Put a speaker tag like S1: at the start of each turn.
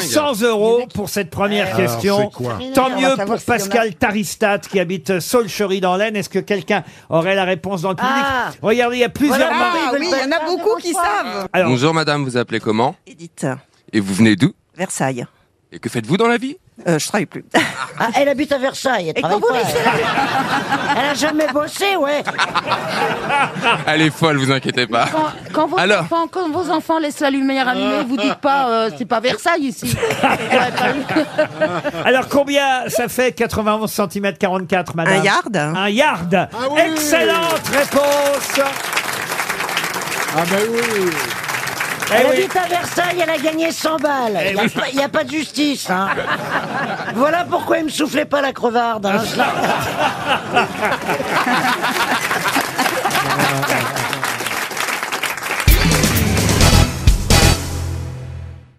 S1: 100 euros pour cette première
S2: Alors,
S1: question.
S2: c'est quoi
S1: Tant
S2: On va
S1: mieux
S2: savoir
S1: pour
S2: si on a-
S1: Pascal Taristat qui habite Solchery dans l'Aisne. Est-ce que quelqu'un aurait la réponse dans le public
S3: Ah
S1: Regardez, il y a plusieurs mari-
S2: Ah,
S3: oui, il y en a beaucoup qui savent.
S1: Alors-
S4: Bonjour madame, vous appelez comment
S3: Edith,
S4: Et vous venez d'où
S3: Versailles.
S4: Et que faites-vous dans la vie
S3: Euh, je travaille plus.
S5: Ah, elle habite à Versailles, elle
S3: Et quand
S5: travaille pas.
S3: vous laissez
S5: Elle Elle a jamais bossé, ouais.
S4: Elle est folle, vous inquiétez pas.
S6: Quand, quand vos
S4: Alors
S6: enfants, quand vos enfants laissent la lumière allumée, vous dites pas euh, c'est pas Versailles ici.
S1: Alors combien ça fait 91 cm 44, madame
S3: Un yard
S1: Un yard
S2: Ah oui
S1: Excellente réponse
S2: Ah ben oui
S1: Eh
S5: Elle
S1: oui.
S5: habite à Versailles, elle a gagné 100 balles. Il
S1: oui.
S5: n'y a, pas de justice. hein. voilà pourquoi il me soufflait pas la crevarde. hein.